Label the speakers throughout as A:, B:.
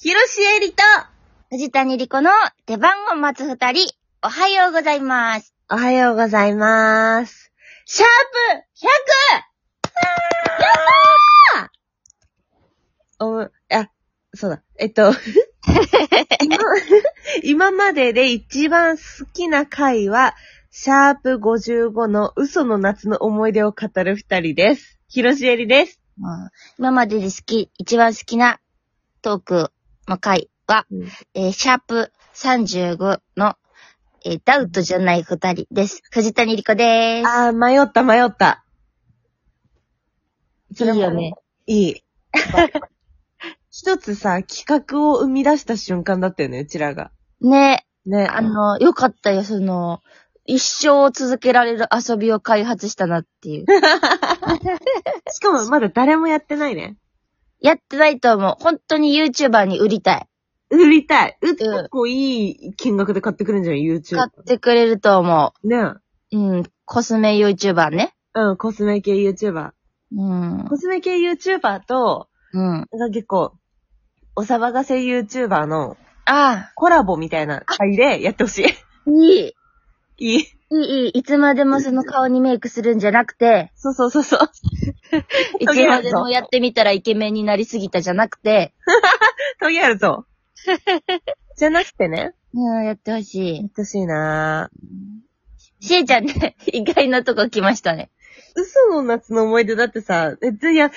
A: ひろしえりと、
B: 藤谷莉子の出番を待つ二人、おはようございます。
A: おはようございます。シャープ 100! やったーお、あ、そうだ、えっ と、今、今までで一番好きな回は、シャープ55の嘘の夏の思い出を語る二人です。ひろしえりです。
B: まあ今までで好き、一番好きなトークの回は、
A: うん
B: えーシャープ35の、えーダウトじゃない二人です。藤谷莉子でーす。
A: あー、迷った迷った。それも
B: いいよね。
A: いい。一つさ、企画を生み出した瞬間だったよね、うちらが。
B: ね
A: ね。
B: あ、の、よかったよ、その、一生続けられる遊びを開発したなっていう。
A: しかもまだ誰もやってないね。
B: やってないと思う。本当に YouTuber に売りたい。
A: 売りたい。う
B: うん
A: 結構いい金額で買ってくるんじゃない ?YouTube。
B: 買ってくれると思
A: ね。
B: う。うん、コスメ YouTuber ね。
A: うん、コスメ系 YouTuber。
B: うん
A: コ。スメ系 YouTuber と、
B: うん。
A: なんか結構、お騒がせ YouTuber の
B: ああ、
A: コラボみたいな会でやってほし
B: いい。
A: い。 いい。
B: いい、いい。いつまでもその顔にメイクするんじゃなくて、
A: そうそうそうそう。
B: いつまでもやってみたらイケメンになりすぎたじゃなくて、
A: トゲある ぞ。じゃなくてね。
B: うん、やってほし
A: やってほしいなぁ
B: い。しえちゃんね、意外なとこ来ましたね。
A: 嘘の夏の思い出だってさ、え、いや、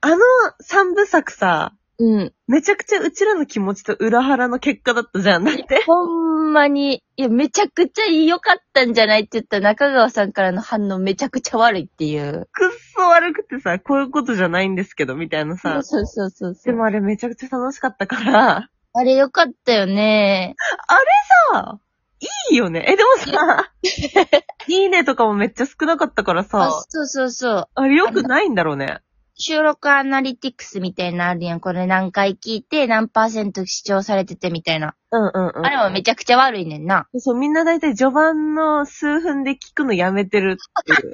A: あの三部作さ、
B: うん。
A: めちゃくちゃうちらの気持ちと裏腹の結果だったじゃん。だって。
B: ほんまに、いや、めちゃくちゃ良かったんじゃないって言った中川さんからの反応めちゃくちゃ悪いっていう。
A: くっそ悪くてさ、こういうことじゃないんですけど、みたいな
B: そ
A: さ
B: う。そうそうそう
A: でもあれめちゃくちゃ楽しかったから、
B: あれ良かったよね。
A: さあ、いいよね。え、でも さ、いいねとかもめっちゃ少なかったから
B: あ
A: さ、
B: そうそうそう。
A: あれ良くないんだろうね。
B: 収録アナリティクスみたいなのあるやん。これ何回聞いて何パーセント視聴されててみたいな。
A: うんうんうん。
B: あれもめちゃくちゃ悪いねんな。
A: そう、みんなだいたい序盤の数分で聞くのやめてるって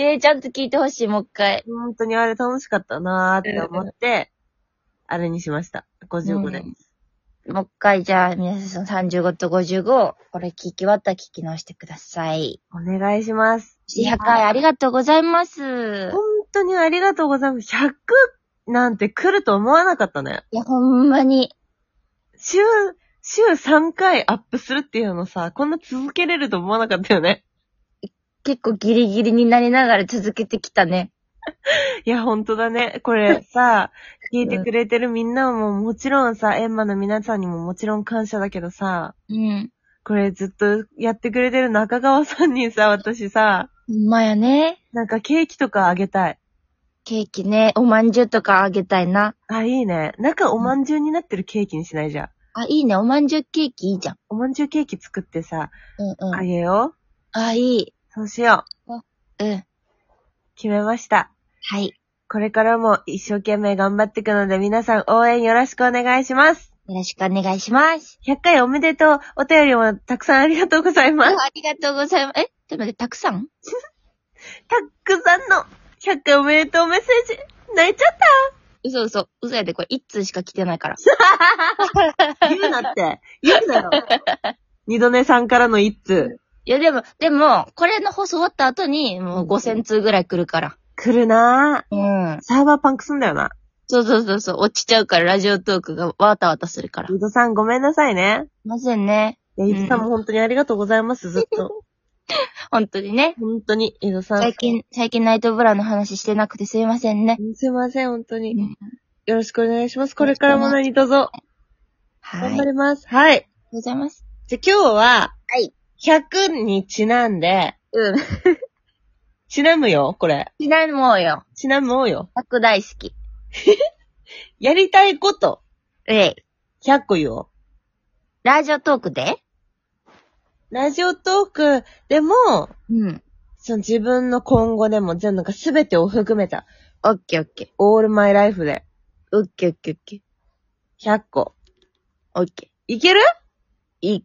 A: いう。
B: えー、ちゃんと聞いてほしい、もう一回。
A: 本当にあれ楽しかったなーって思って、あれにしました。55で。
B: うんもう一回、じゃあ、皆さんその35と55を、これ聞き終わったら聞き直してください。
A: お願いします。
B: 100回ありがとうございます
A: 本。当にありがとうございます。100なんて来ると思わなかったね。
B: いや、ほんまに。
A: 週、週3回アップするっていうのさ、こんな続けれると思わなかったよね。
B: 結構ギリギリになりながら続けてきたね。
A: いや、本当だね。これ さ、聞いてくれてるみんなももちろんさ、エンマの皆さんにももちろん感謝だけどさ、
B: うん。
A: これずっとやってくれてる中川さんにさ、私さ、
B: ほんまやね。
A: なんかケーキとかあげたい。
B: ケーキね、おまんじゅうとかあげたいな。
A: あ、いいね。中おまんじゅうになってるケーキにしないじゃん。
B: あ、いいね。おまんじゅうケーキいいじゃん。
A: おまんじゅうケーキ作ってさ、
B: うんう
A: あ
B: ん。
A: げよ
B: あ、いい。
A: う。そうしよう。
B: うん。
A: 決めました。
B: はい。
A: これからも一生懸命頑張っていくので皆さん応援よろしくお願いします。
B: よろしくお願いします。
A: 100回おめでとう。お便りもたくさんありがとうございます。
B: ありがとうございます。えちょっと待って、たくさん
A: たっくさんの100回おめでとうメッセージ。泣いちゃっ
B: 嘘嘘。嘘やで、これ一通しか来てないから。
A: た。言うなって。言う なよ。二度寝さんからの一通。
B: いや、でも、でも、これの放送終わった後に、もう5000通ぐらい来るから。
A: 来るなぁ。
B: うん。
A: サーバーパンクすんだよな。
B: そうそうそうそう、落ちちゃうから、ラジオトークがわたわたするから。すい
A: 二度さんごめんなさいね。
B: ませんね。
A: いや、伊豆さんも本当にありがとうございます、ずっ と。
B: 本当にね。
A: 本当に、伊豆さん
B: 最。近、最近ナイトブラの話してなくてすいませんね。
A: すいません、本当に。
B: うん
A: よろしくお願いします。これからも何卒、頑
B: はい。あ
A: 張
B: りがとう
A: ります。はい。
B: ございます。
A: じゃ、今日は、
B: はい。
A: 100にちなんで、
B: うん。
A: ちなむよ、これ。
B: ちなもうよ。
A: ちなむうよ。
B: 100大好き。
A: やりたいこと、
B: えい。
A: 100個言おう。
B: ラジオトークで
A: ラジオトークでも、
B: うん。
A: その自分の今後でも、じゃあなんかすべてを含めた、
B: オッケーオッケー。
A: オールマイライフで、
B: オッケーオッケーオッケー。
A: 100個。
B: オッケー。
A: いける
B: いい。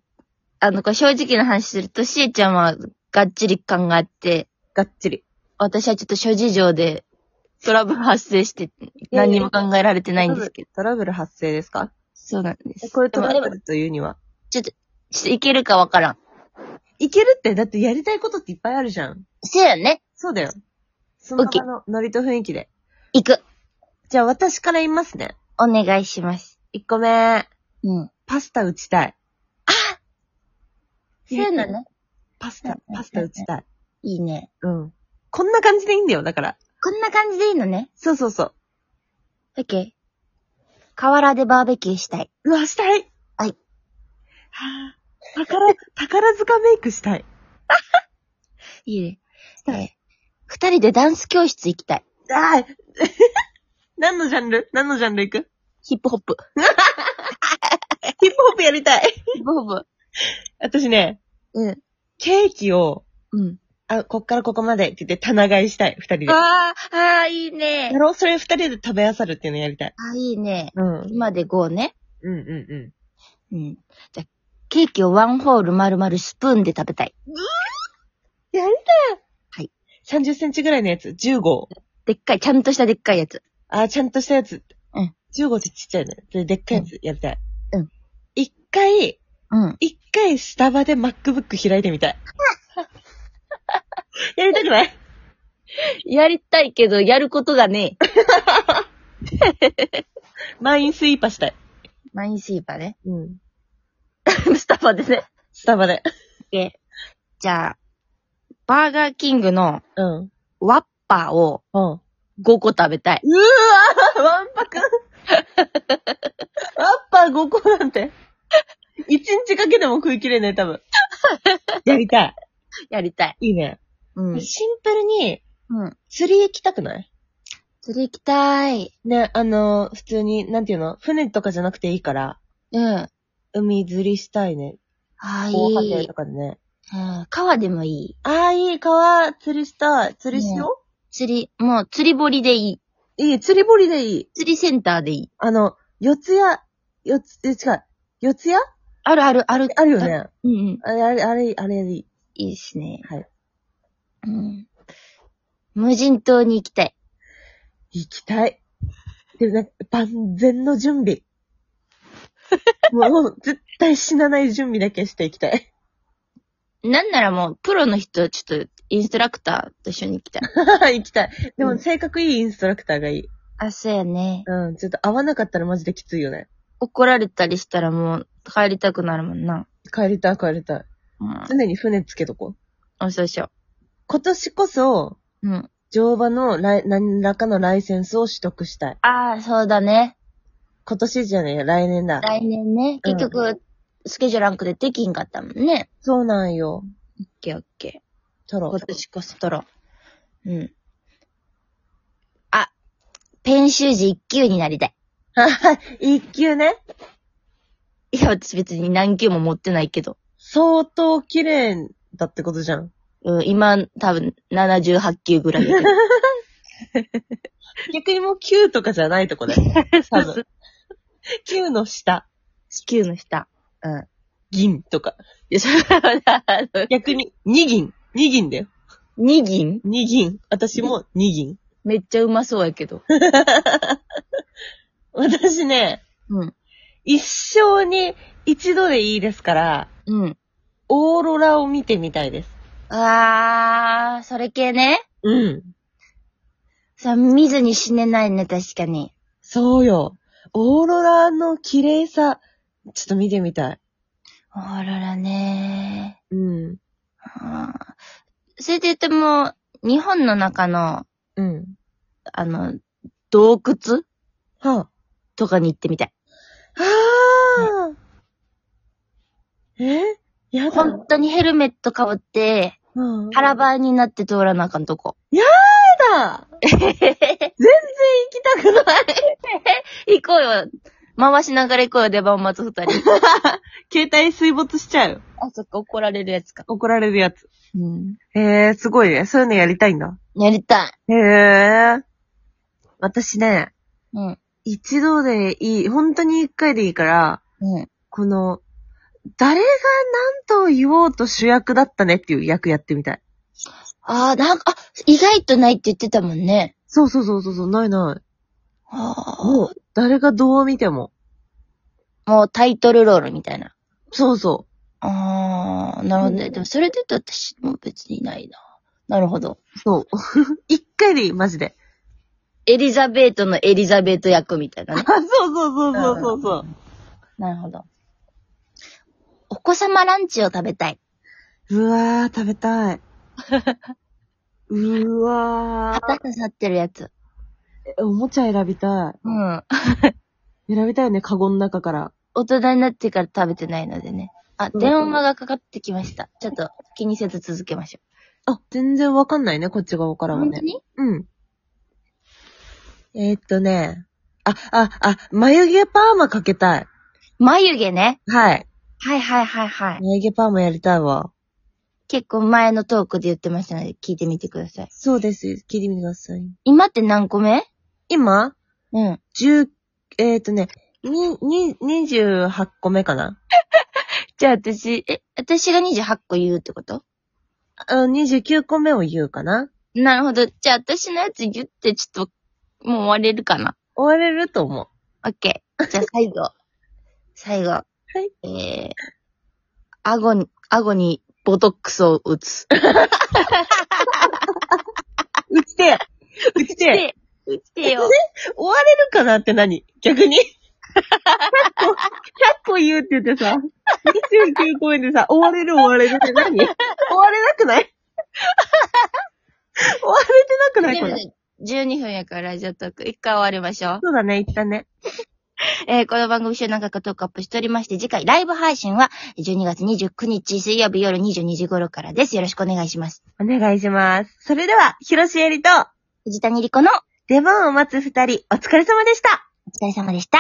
B: あの、これ正直な話すると、しえちゃんはがっちり感があって、
A: がっちり。
B: 私はちょっと諸事情でトラブル発生して、何にも考えられてないんですけど。
A: トラブル発生ですか
B: そうなんです。
A: これトラ
B: でも
A: ブルというには。
B: ちょっといけるかわからん。
A: いけるって、だってやりたいことっていっぱいあるじゃん。
B: そうやね。
A: そうだよ。そ
B: オ
A: の
B: ッケ
A: 場
B: ー
A: のノリと雰囲気で。
B: 行く。
A: じゃあ私から言いますね。
B: お願いします。
A: 1個目。
B: うん。
A: パスタ打ちたい。
B: そうやなね。
A: パスタ、パスタ打ちたい。
B: いいね。
A: うん。こんな感じでいいんだよ、だから。
B: こんな感じでいいのね。
A: そうそうそう。
B: オッケー。河原でバーベキューしたい。
A: うわ、したい
B: はい。
A: はぁ、宝、宝塚メイクしたい。
B: いいね。
A: えー
B: 二人でダンス教室行きたい。
A: ああ 何のジャンル何のジャンルいく
B: ヒップホップ。
A: ヒップホップやりたい。
B: ヒップホップ。
A: 私ね、
B: うん。
A: ケーキを、
B: うん。
A: あ、こっからここまでって言って棚買いしたい、二人で。や
B: ああ、ああ、いいね。
A: ろうそれ二人で食べやさるっていうのやりたい。
B: あ、いいね。
A: うん。うん
B: 今で5ね。
A: うんう
B: うん。じゃあ、ケーキをワンホール丸々スプーンで食べたい。
A: ん。やりた
B: はい。
A: 30センチぐらいのやつ、10号。
B: でっかい、ちゃんとしたでっかいやつ。
A: あ、ちゃんとしたやつ。
B: うん。
A: 10号ってちっちゃいね。で、でっかいやつやりたい。
B: うん。
A: 一回、
B: うん。
A: 一回スタバで MacBook 開いてみた い。やりたくない
B: やりたいけど、やることがねえ。
A: 満員スイーパーしたい。
B: マインシーバー ね。
A: うん。
B: スタバでね。
A: スタバで。
B: で、じゃあ、バーガーキングの
A: うん。うん。
B: ワッパーを
A: うわ
B: 5個食べたい。
A: ーわんぱくワッパー5個なんて。一日かけても食いきれない、多分。やりた
B: やりたい。
A: い。いいね。
B: うん。
A: シンプルに、
B: うん。
A: 釣り行きたくない
B: 釣り行きたい。
A: ね、あの、普通に、なんていうの船とかじゃなくていいから、
B: うん。あ
A: 海釣りしたいね。
B: あ、い
A: 大波
B: い
A: 堤。とかでね。
B: うん。川でもいい。
A: ああ、いい、川、釣りしたい。釣りしよ
B: 釣り、もう釣り堀でいい。
A: う。いい、釣り堀でいい。
B: 釣りセンターでいい。
A: あの、四ツ谷、四つ、え違う。四ツ谷
B: あるある、ある。
A: あるよ。ね。
B: うんうん。
A: あれ、あれ、あれ、あれでいい。
B: いいですね。
A: はい。
B: うん。無人島に行きたい。
A: 行きたい。でもなんか、万全の準備。 もう、絶対死なない準備だけしていきたい。
B: なんならもう、プロの人、ちょっと、インストラクターと一緒に行きたい。
A: 行きたい。で
B: う
A: も、
B: ん
A: 性格いいインストラクターがいい。
B: あ、そうやね。
A: うん、ちょっと合わなかったらマジできついよね。
B: 怒られたりしたらもう、帰りたくなるもんな。
A: 帰りたい、帰りたい。
B: うん。
A: 常に船つけとこう。
B: あ、そうしよ
A: 今年こそ、
B: う。うん。
A: 乗馬のライ何らかのライセンスを取得したい。
B: ああ、そうだね。
A: 今年じゃねえ、来年だ。
B: 来年ね。
A: うん
B: 結局、スケジュールランクでできんかったもんね。
A: そうなんよ。
B: オッケーオッケ
A: ト
B: ー。
A: ロ
B: 今。年こそ取ろう。うん。あ、ペン習字一級になりたい。
A: 一級ね。
B: いや、私別に何級も持ってないけど。
A: 相当綺麗だってことじゃん。
B: うん、今、多分、78級ぐら いだけど。
A: 逆にもう9とかじゃないとこ だよ。多
B: そうそ
A: 分。9の下、
B: 9の下。うん。
A: 銀と か。
B: いや、それは、あの
A: 逆に2銀。2銀だよ。
B: 二銀
A: 2銀。私も2銀。
B: めっちゃうまそうやけど。
A: 私ね、
B: うん。
A: 一生に一度でいいですから、
B: うん。
A: オーロラを見てみたいです。
B: あー、それ系ね。
A: うん。
B: さ、見ずに死ねないね、確かに。
A: そうよ。オーロラの綺麗さ、ちょっと見てみたい。
B: オーロラね
A: うん。
B: あーそれで言っても、日本の中の、
A: うん。
B: あの、洞窟
A: は
B: とかに行ってみたい。
A: あ。ああ、えやだ。
B: 本当にヘルメットかぶって、
A: うん
B: 腹ばいになって通らなあかんと こ。
A: だ行きたくない。
B: 行こうよ。回しながら行こうよ、出番を待つ二 人。
A: 携帯水没しちゃうよ。
B: あ、そっか、怒られるやつか。
A: 怒られるやつ。
B: うん。
A: へえー、すごいね。そういうのやりたいんだ。
B: やりた
A: へ
B: い。
A: えー。私ね、
B: うん。
A: 一度でいい、本当に一回でいいから、
B: うん。
A: この、誰が何と言おうと主役だったねっていう役やってみたい。
B: ああ、なんか、あ、意外とないって言ってたもんね。
A: そうそうそうそうそう、ないない。も
B: も
A: う、誰がどう見ても。
B: う、もうタイトルロールみたいな。
A: そうそ
B: あー、なるほど
A: う
B: ね。
A: ん
B: でもそれで言うと私も別にないな。なるほど。
A: う。そう。 一回でいい、マジで。
B: エリザベートのエリザベート役みたいな
A: あ、そ
B: ね
A: う。そうそうそうそうそう。
B: なるほど。お子様ランチを食べたい。
A: うわー、食べた い。うわー
B: 旗刺さってるやつ。
A: え、おもちゃ選びた
B: うん。
A: い。選びたいよね、カゴの中から。
B: 大人になってから食べてないのでね。あ、
A: そう
B: 電話がかかってきました。ちょっと気にせず続けましょ
A: あ、全然わかんないね、こっち側か
B: う。
A: らは
B: 本
A: ね
B: 当。に
A: うん。えーっとね。あ、あ、あ、眉毛パーマかけたい。
B: 眉毛ね。
A: はい。
B: はいはいはいはい。
A: 眉毛パーマやりたいわ。
B: 結構前のトークで言ってましたので聞いてみてください。
A: そうです。聞いてみてください。
B: 今って何個目
A: 今、
B: うん。
A: 十、えーっとね、に、に、二十八個目かな
B: じゃあ私、え、私が28個言うってこと
A: あ二十九個目を言うかな
B: なるほど。じゃあ私のやつ言ってちょっと、もう終われるかな。
A: 終われると思う。。
B: オッケー。じゃあ最後。 最後。はいえー、顎に、顎にボトックスを打つ。
A: 打ちて打ちて
B: で、打って よ。
A: 終われるかなって何逆に ?100 個、100個言うって言ってさ、29個目でさ、終われる終われるって何終われなくない終われてなくないこれ。
B: 12分やからラジオトーク、一回終わりましょう。
A: そうだね、一旦ね。
B: えーこの番組週何回かトークアップしておりまして、次回ライブ配信は12月29日水曜日夜22時頃からです。よろしくお願いします。
A: お願いします。それでは、ひろしえりと、
B: 藤谷莉子の
A: 出番を待つ二人、お疲れ様でした
B: お疲れ様でした。